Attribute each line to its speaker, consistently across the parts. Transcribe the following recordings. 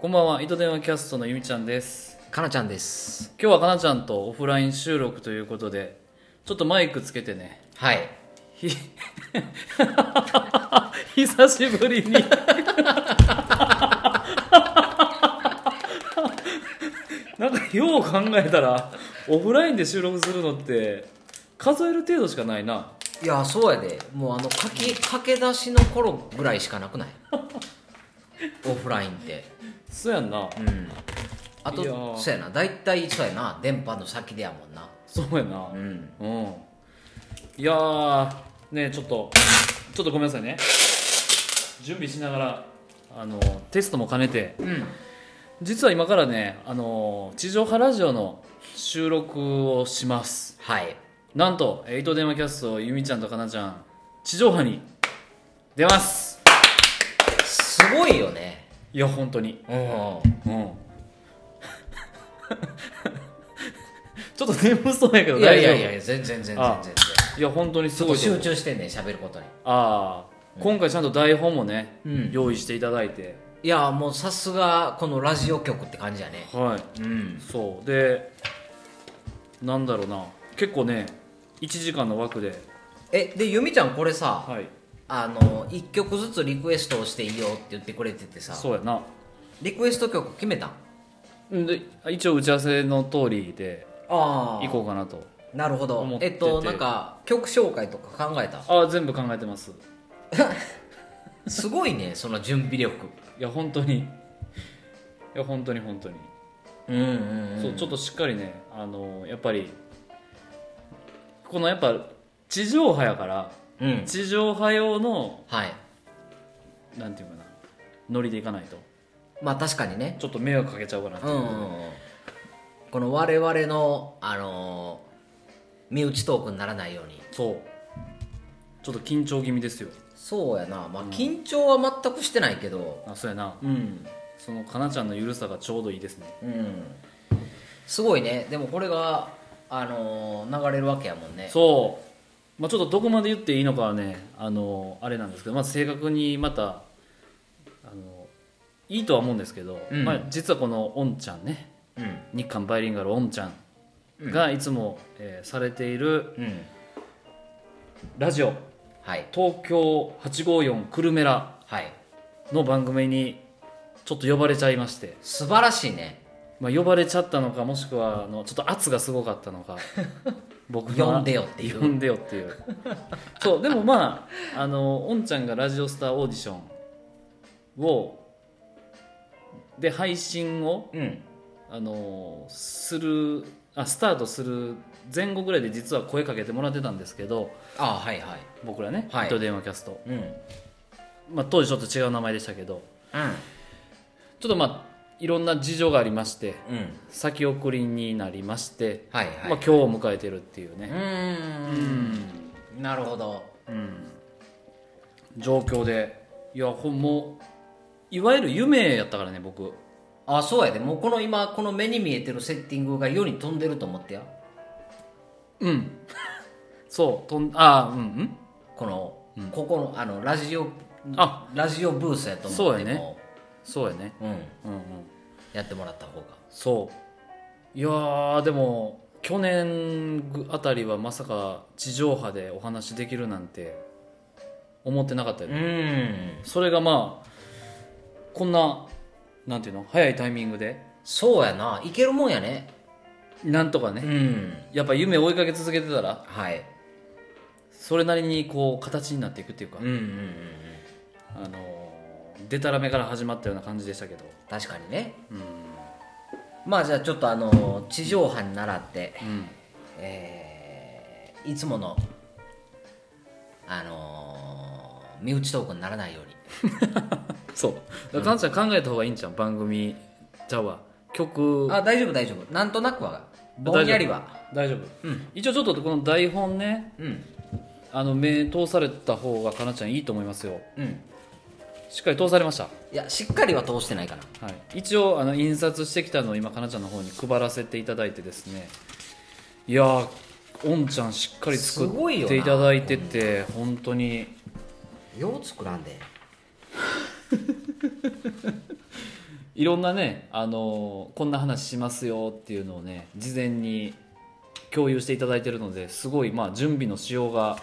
Speaker 1: こんばんは、糸電話キャストのゆみちゃんです。
Speaker 2: かなちゃんです
Speaker 1: 今日はかなちゃんとオフライン収録ということで、ちょっとマイクつけてね、
Speaker 2: はい
Speaker 1: ひ久しぶりに なんかよう考えたらオフラインで収録するのって数える程度しかないない
Speaker 2: やそうやでもうあのかけ駆け出しの頃ぐらいしかなく ないオフラインって
Speaker 1: そうやんな
Speaker 2: うんあと
Speaker 1: いやー
Speaker 2: そうやな大体そうやな電波の先でやもんな
Speaker 1: そうやな
Speaker 2: うん
Speaker 1: うん、いやーねちょっとちょっとごめんなさいね準備しながらあのテストも兼ねて
Speaker 2: うん
Speaker 1: 実は今からねあの地上波ラジオの収録をします
Speaker 2: はい
Speaker 1: なんとえー伊藤電話キャストゆみちゃんとかなちゃん地上波に出ます
Speaker 2: すごいよね
Speaker 1: いや本当に
Speaker 2: うん
Speaker 1: うん ちょっと眠そうやけど
Speaker 2: いやい
Speaker 1: 大丈夫
Speaker 2: やいや全然全然全
Speaker 1: あ
Speaker 2: 然
Speaker 1: いや本当に
Speaker 2: ち
Speaker 1: す
Speaker 2: ょっ
Speaker 1: ご
Speaker 2: と
Speaker 1: いと思
Speaker 2: 集
Speaker 1: う
Speaker 2: 中してんね喋ることに
Speaker 1: ああ今回ちゃんと台本もね、
Speaker 2: うん
Speaker 1: 用意していただいて
Speaker 2: いやもうさすがこのラジオ局って感じやね
Speaker 1: はい
Speaker 2: うん
Speaker 1: そうでなんだろうな結構ね1時間の枠で
Speaker 2: えで由美ちゃんこれさ
Speaker 1: はい
Speaker 2: あの1曲ずつリクエストをしていいよって言ってくれててさ
Speaker 1: そうやな
Speaker 2: リクエスト曲決めたん
Speaker 1: んで一応打ち合わせの通りで
Speaker 2: あ
Speaker 1: 行こうかなと
Speaker 2: なるほど
Speaker 1: 思って
Speaker 2: え
Speaker 1: て
Speaker 2: っとなんか曲紹介とか考えた
Speaker 1: ああ全部考えてます
Speaker 2: すごいねその準備力
Speaker 1: いや本当にいや本当に本当に、
Speaker 2: うんうん
Speaker 1: そうちょっとしっかりねあのやっぱりこのやっぱ地上波やから
Speaker 2: うん、うん、
Speaker 1: 地上波用の
Speaker 2: はい
Speaker 1: なんていうかなノリでいかないと
Speaker 2: まあ確かにね
Speaker 1: ちょっと迷惑かけちゃうかなって
Speaker 2: うん、うんうん、この我々のあのー身内トークにならないように
Speaker 1: そうちょっと緊張気味ですよ
Speaker 2: そうやなまあ緊張は全くしてないけど
Speaker 1: あそうやな
Speaker 2: うん
Speaker 1: そのかなちゃんのゆるさがちょうどいいですね
Speaker 2: うんすごいねでもこれがあのー流れるわけやもんね
Speaker 1: そう、まあ、ちょっとどこまで言っていいのかはねあのあれなんですけど、まあ、正確にまたあのいいとは思うんですけど、
Speaker 2: うん
Speaker 1: まあ、実はこのオンちゃんね
Speaker 2: うん
Speaker 1: 日韓バイリンガルオンちゃんがいつも、えーされている
Speaker 2: うん
Speaker 1: ラジオ
Speaker 2: はい
Speaker 1: 東京854久留米ら
Speaker 2: はい
Speaker 1: の番組にちょっと呼ばれちゃいまして
Speaker 2: 素晴らしいね
Speaker 1: まあ、呼ばれちゃったのかもしくはあのちょっと圧がすごかったの か僕が
Speaker 2: 呼んでよっていう
Speaker 1: 呼んでよっていうそうでもまああのおんちゃんがラジオスターオーディションをで配信を
Speaker 2: うん
Speaker 1: あのするあスタートする前後ぐらいで実は声かけてもらってたんですけど
Speaker 2: あはいはい
Speaker 1: 僕らね「
Speaker 2: はい
Speaker 1: 糸電話キャスト
Speaker 2: うんうん」
Speaker 1: まあ、当時ちょっと違う名前でしたけどちょっとまあいろんな事情がありまして
Speaker 2: うん
Speaker 1: 先送りになりまして
Speaker 2: はいはい、
Speaker 1: まあ、今日を迎えてるっていう
Speaker 2: う
Speaker 1: ね、
Speaker 2: ーんなるほど
Speaker 1: 状況でいやほんもういわゆる夢やったからね僕
Speaker 2: あそうやでもうこの今この目に見えてるセッティングが世に飛んでると思ってや
Speaker 1: うんそうとんあーうんうん
Speaker 2: この、ここのあのラジオ
Speaker 1: あ
Speaker 2: ラジオブースやと思って
Speaker 1: そうやね
Speaker 2: も
Speaker 1: そうやね
Speaker 2: う、ん、
Speaker 1: うんうん
Speaker 2: やってもらった方が
Speaker 1: そういやーでも去年ぐあたりはまさか地上波でお話できるなんて思ってなかったよ、
Speaker 2: うーん
Speaker 1: それがまあこんななんていうの早いタイミングで
Speaker 2: そうやないけるもんやね
Speaker 1: なんとかね、
Speaker 2: うん
Speaker 1: やっぱ夢追いかけ続けてたら
Speaker 2: はい
Speaker 1: それなりにこう形になっていくっていうか
Speaker 2: うん、うんうん
Speaker 1: あのーでたらめから始まったような感じでしたけど
Speaker 2: 確かにね
Speaker 1: うん、
Speaker 2: まあじゃあちょっとあの地上波に習って
Speaker 1: うん、
Speaker 2: えーいつもの、あのー身内トークにならないように
Speaker 1: そうだからかんちゃん考えた方がいいんじゃん番組ちゃうわ曲
Speaker 2: あ大丈夫大丈夫なんとなくはぼんやりは
Speaker 1: 大丈夫、一応ちょっとこの台本ね
Speaker 2: うん
Speaker 1: あの目通された方がかなちゃんいいと思いますよ
Speaker 2: うん
Speaker 1: しっかり通されました、
Speaker 2: いやしっかりは通してないかな
Speaker 1: はい、一応あの印刷してきたのを今かなちゃんの方に配らせていただいてですねいやーおんちゃんしっかり作
Speaker 2: すごいよ
Speaker 1: っ
Speaker 2: な
Speaker 1: ていただいてて本当に
Speaker 2: よう作らんで
Speaker 1: いろんなね、あのこんな話しますよっていうのをね事前に共有していただいてるのですごいまあ準備のしようが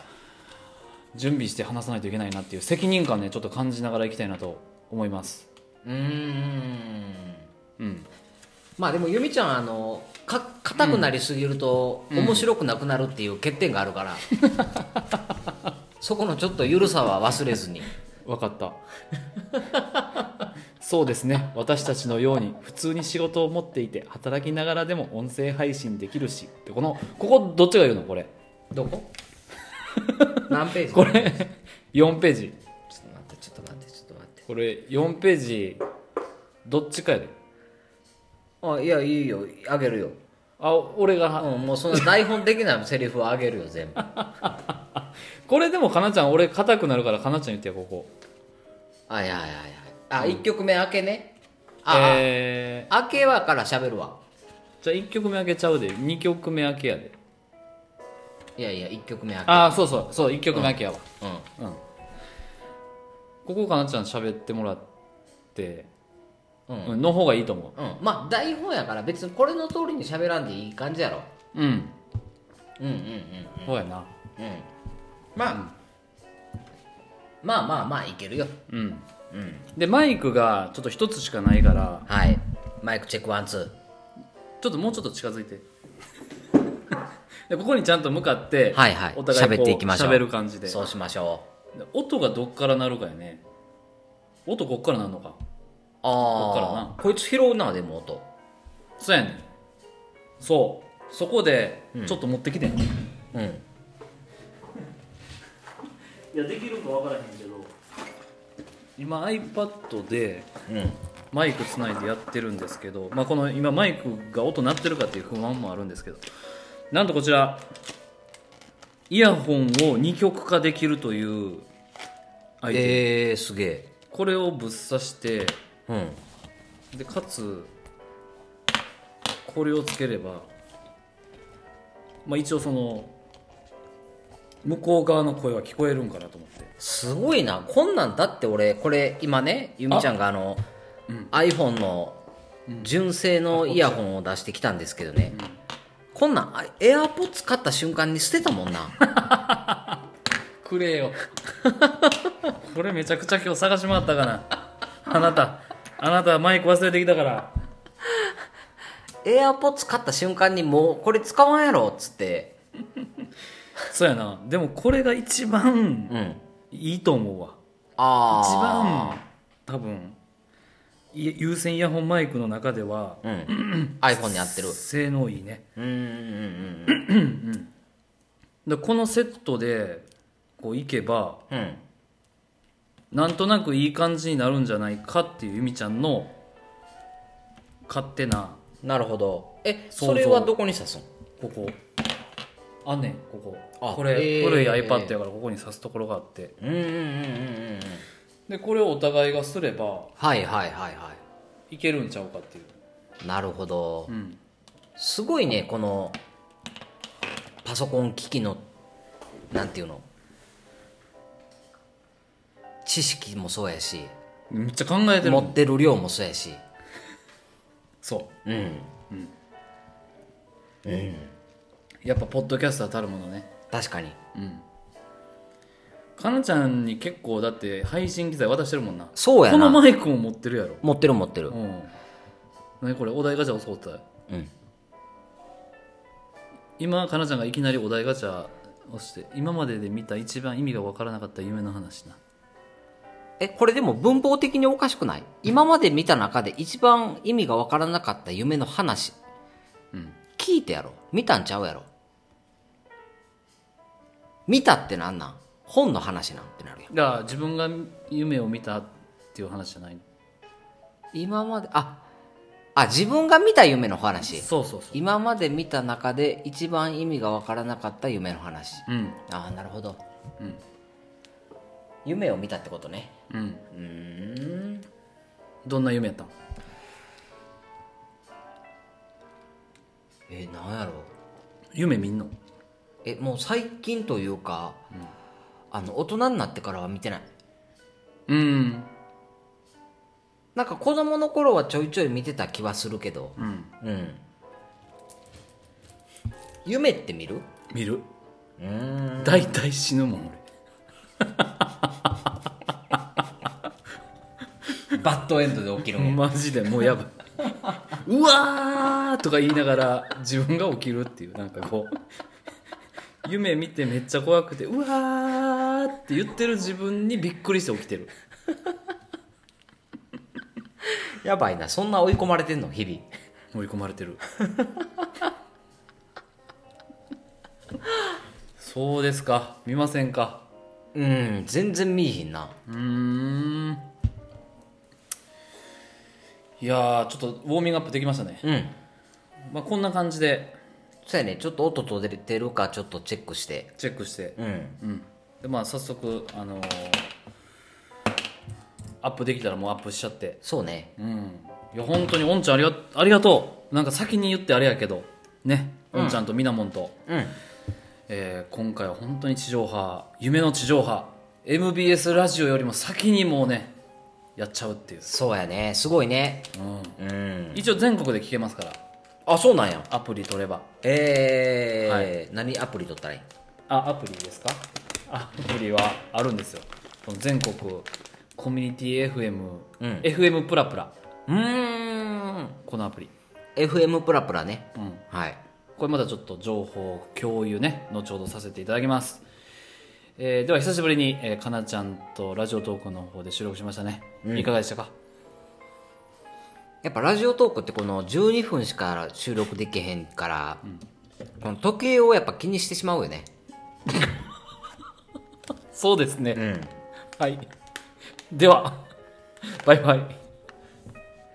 Speaker 1: 準備して話さないといけないなっていう責任感ねちょっと感じながらいきたいなと思います
Speaker 2: うーん
Speaker 1: うん
Speaker 2: まあでも由美ちゃんあのか硬くなりすぎると面白くなくなるっていう欠点があるから、 そこのちょっと緩さは忘れずに
Speaker 1: 分かったそうですね私たちのように普通に仕事を持っていて働きながらでも音声配信できるしでこのここどっちが言うのこれ
Speaker 2: どこ 何ページ
Speaker 1: これ4ページ
Speaker 2: ちょっと待ってちょっと待ってちょっと待って
Speaker 1: これ4ページどっちかやで
Speaker 2: あいやいいよあげるよ、
Speaker 1: あ俺が、
Speaker 2: うん、もうその台本的なセリフをあげるよ全 部
Speaker 1: これでもかなちゃん俺硬くなるからかなちゃん言ってよここ
Speaker 2: あいやいやいやあ一1曲目明けねあ、
Speaker 1: え
Speaker 2: あ明けはから喋るわ
Speaker 1: ー、じゃあ1曲目開けちゃうで2曲目開けやで
Speaker 2: いやいや1曲目明け
Speaker 1: ああそうそうそう1曲目開けやわ、
Speaker 2: うん
Speaker 1: うんここかなちゃん喋ってもらって、
Speaker 2: うん
Speaker 1: うん、の方がいいと思
Speaker 2: うん、まあ台本やから別にこれの通りに喋らんでいい感じやろ
Speaker 1: ううん
Speaker 2: うんうんうん
Speaker 1: そうやな
Speaker 2: うんうんまあ、まあまあまあいけるよ
Speaker 1: うん
Speaker 2: うん
Speaker 1: でマイクがちょっと1つしかないから
Speaker 2: はいマイクチェックワンツー
Speaker 1: ちょっともうちょっと近づい てでここにちゃんと向かって、
Speaker 2: はいはい
Speaker 1: お互いこ
Speaker 2: 喋っていきましょう
Speaker 1: 喋る感じで
Speaker 2: そうしましょ
Speaker 1: で音がどっから鳴るかやね音こっから鳴るのか
Speaker 2: う
Speaker 1: こっから
Speaker 2: あ
Speaker 1: な
Speaker 2: あこいつ拾うなでも音
Speaker 1: そうやねんそうそこでちょっと持ってきてん、い
Speaker 2: うん
Speaker 1: やできるか分からへんけど今 iPad で
Speaker 2: うん
Speaker 1: マイクつないでやってるんですけど、まあ、この今マイクが音鳴ってるかっていう不安もあるんですけどなんとこちらイヤホンを2極化できるというアイテム、
Speaker 2: えー、すげえ
Speaker 1: これをぶっ刺して
Speaker 2: うん
Speaker 1: でかつこれをつければ、まあ、一応その向こう側の声は聞こえるんかなと思って
Speaker 2: すごいなこんなんだって俺これ今ねゆみちゃんがあの iPhone の純正のイヤホンを出してきたんですけどね、こんなんあ AirPods 買った瞬間に捨てたもん な
Speaker 1: くれよ これめちゃくちゃ今日探し回ったかなあなたあなたマイク忘れてきたから
Speaker 2: AirPods 買った瞬間にもうこれ使わんやろっつって
Speaker 1: そうやなでもこれが一番
Speaker 2: うん
Speaker 1: いいと思うわ一
Speaker 2: あ
Speaker 1: 番多分い有線イヤホンマイクの中では
Speaker 2: あ一番、 うん、iPhone に合ってる
Speaker 1: 性能いいね
Speaker 2: うんうんうん
Speaker 1: でこのセットでこういけば
Speaker 2: うんうん
Speaker 1: なんとなくいい感じになるんじゃないかっていうゆみちゃんの勝手な
Speaker 2: なるほどえ
Speaker 1: 想像
Speaker 2: それはどこに刺すん
Speaker 1: ここあんねんここ
Speaker 2: あ
Speaker 1: これ、
Speaker 2: えー
Speaker 1: 古い iPad やからここに挿すところがあって
Speaker 2: うんうんうんうんうん
Speaker 1: でこれをお互いがすれば
Speaker 2: はいはいはいはい
Speaker 1: けるんちゃうかっていう
Speaker 2: いなるほど、
Speaker 1: ん
Speaker 2: すごいねこのパソコン機器のなんていうの知識もそうやし
Speaker 1: めっちゃ考えてる
Speaker 2: 持ってる量もそうやし
Speaker 1: そ
Speaker 2: うん
Speaker 1: うやっぱポッドキャスターたるものね
Speaker 2: 確かに
Speaker 1: かなちゃんに結構だって配信機材渡してるもんな
Speaker 2: そうやな
Speaker 1: このマイクも持ってるやろ
Speaker 2: 持ってる持ってる
Speaker 1: うん何これお題ガチャ教わった
Speaker 2: うん
Speaker 1: 今かなちゃんがいきなりお題ガチャをして今までで見た一番意味が分からなかった夢の話な
Speaker 2: えこれでも文法的におかしくない今まで見た中で一番意味がわからなかった夢の話、聞いてやろ見たんちゃうやろ見たってなんなん本の話なんてなるやん
Speaker 1: が自分が夢を見たっていう話じゃない
Speaker 2: 今までああ自分が見た夢の話
Speaker 1: そうそうそう
Speaker 2: 今まで見た中で一番意味が分からなかった夢の話
Speaker 1: うん
Speaker 2: ああなるほど、夢を見たってことね
Speaker 1: うん
Speaker 2: うーん
Speaker 1: どんな夢やったん
Speaker 2: えなんやろう
Speaker 1: 夢見んの
Speaker 2: えもう最近というか、あの大人になってからは見てない
Speaker 1: うん
Speaker 2: なんか子供の頃はちょいちょい見てた気はするけど
Speaker 1: うん
Speaker 2: うん夢って見る
Speaker 1: 見る
Speaker 2: うん
Speaker 1: 大体死ぬもん俺
Speaker 2: バッドエンドで起きるんや
Speaker 1: マジでもうやばいうわーとか言いながら自分が起きるっていうなんかこう夢見てめっちゃ怖くてうわーって言ってる自分にびっくりして起きてる
Speaker 2: やばいなそんな追い込まれてんの日々
Speaker 1: 追い込まれてるそうですか見ませんか
Speaker 2: うん全然見えひんな
Speaker 1: うーんいやーちょっとウォーミングアップできましたね、
Speaker 2: うん
Speaker 1: まあ、こんな感じで
Speaker 2: そうやねちょっと音取れてるかちょっとチェックして
Speaker 1: チェックして
Speaker 2: うん
Speaker 1: うん、でまあ早速、あのーアップできたらもうアップしちゃって
Speaker 2: そうね
Speaker 1: うんいや本当におんちゃんありがありがとうなんか先に言ってあれやけどねおんちゃんとみなもんと、
Speaker 2: うん
Speaker 1: えー今回は本当に地上波夢の地上波 MBS ラジオよりも先にもうねやっちゃうっていう、
Speaker 2: そうやねすごいね
Speaker 1: うん、
Speaker 2: うん
Speaker 1: 一応全国で聞けますから
Speaker 2: あそうなんや
Speaker 1: アプリ取れば
Speaker 2: えー何アプリ取ったらいい
Speaker 1: あアプリですかアプリはあるんですよその全国コミュニティ FM、
Speaker 2: うん
Speaker 1: FM プラプラ
Speaker 2: うーん
Speaker 1: このアプリ、
Speaker 2: FM プラプラね
Speaker 1: うん、
Speaker 2: はい
Speaker 1: これまたちょっと情報共有ね後ほどさせていただきます、えーでは久しぶりに、えーかなちゃんとラジオトークの方で収録しましたね、いかがでしたか
Speaker 2: やっぱラジオトークってこの12分しか収録できへんから、この時計をやっぱ気にしてしまうよね
Speaker 1: そうですね、
Speaker 2: ん
Speaker 1: はいでは バイバイ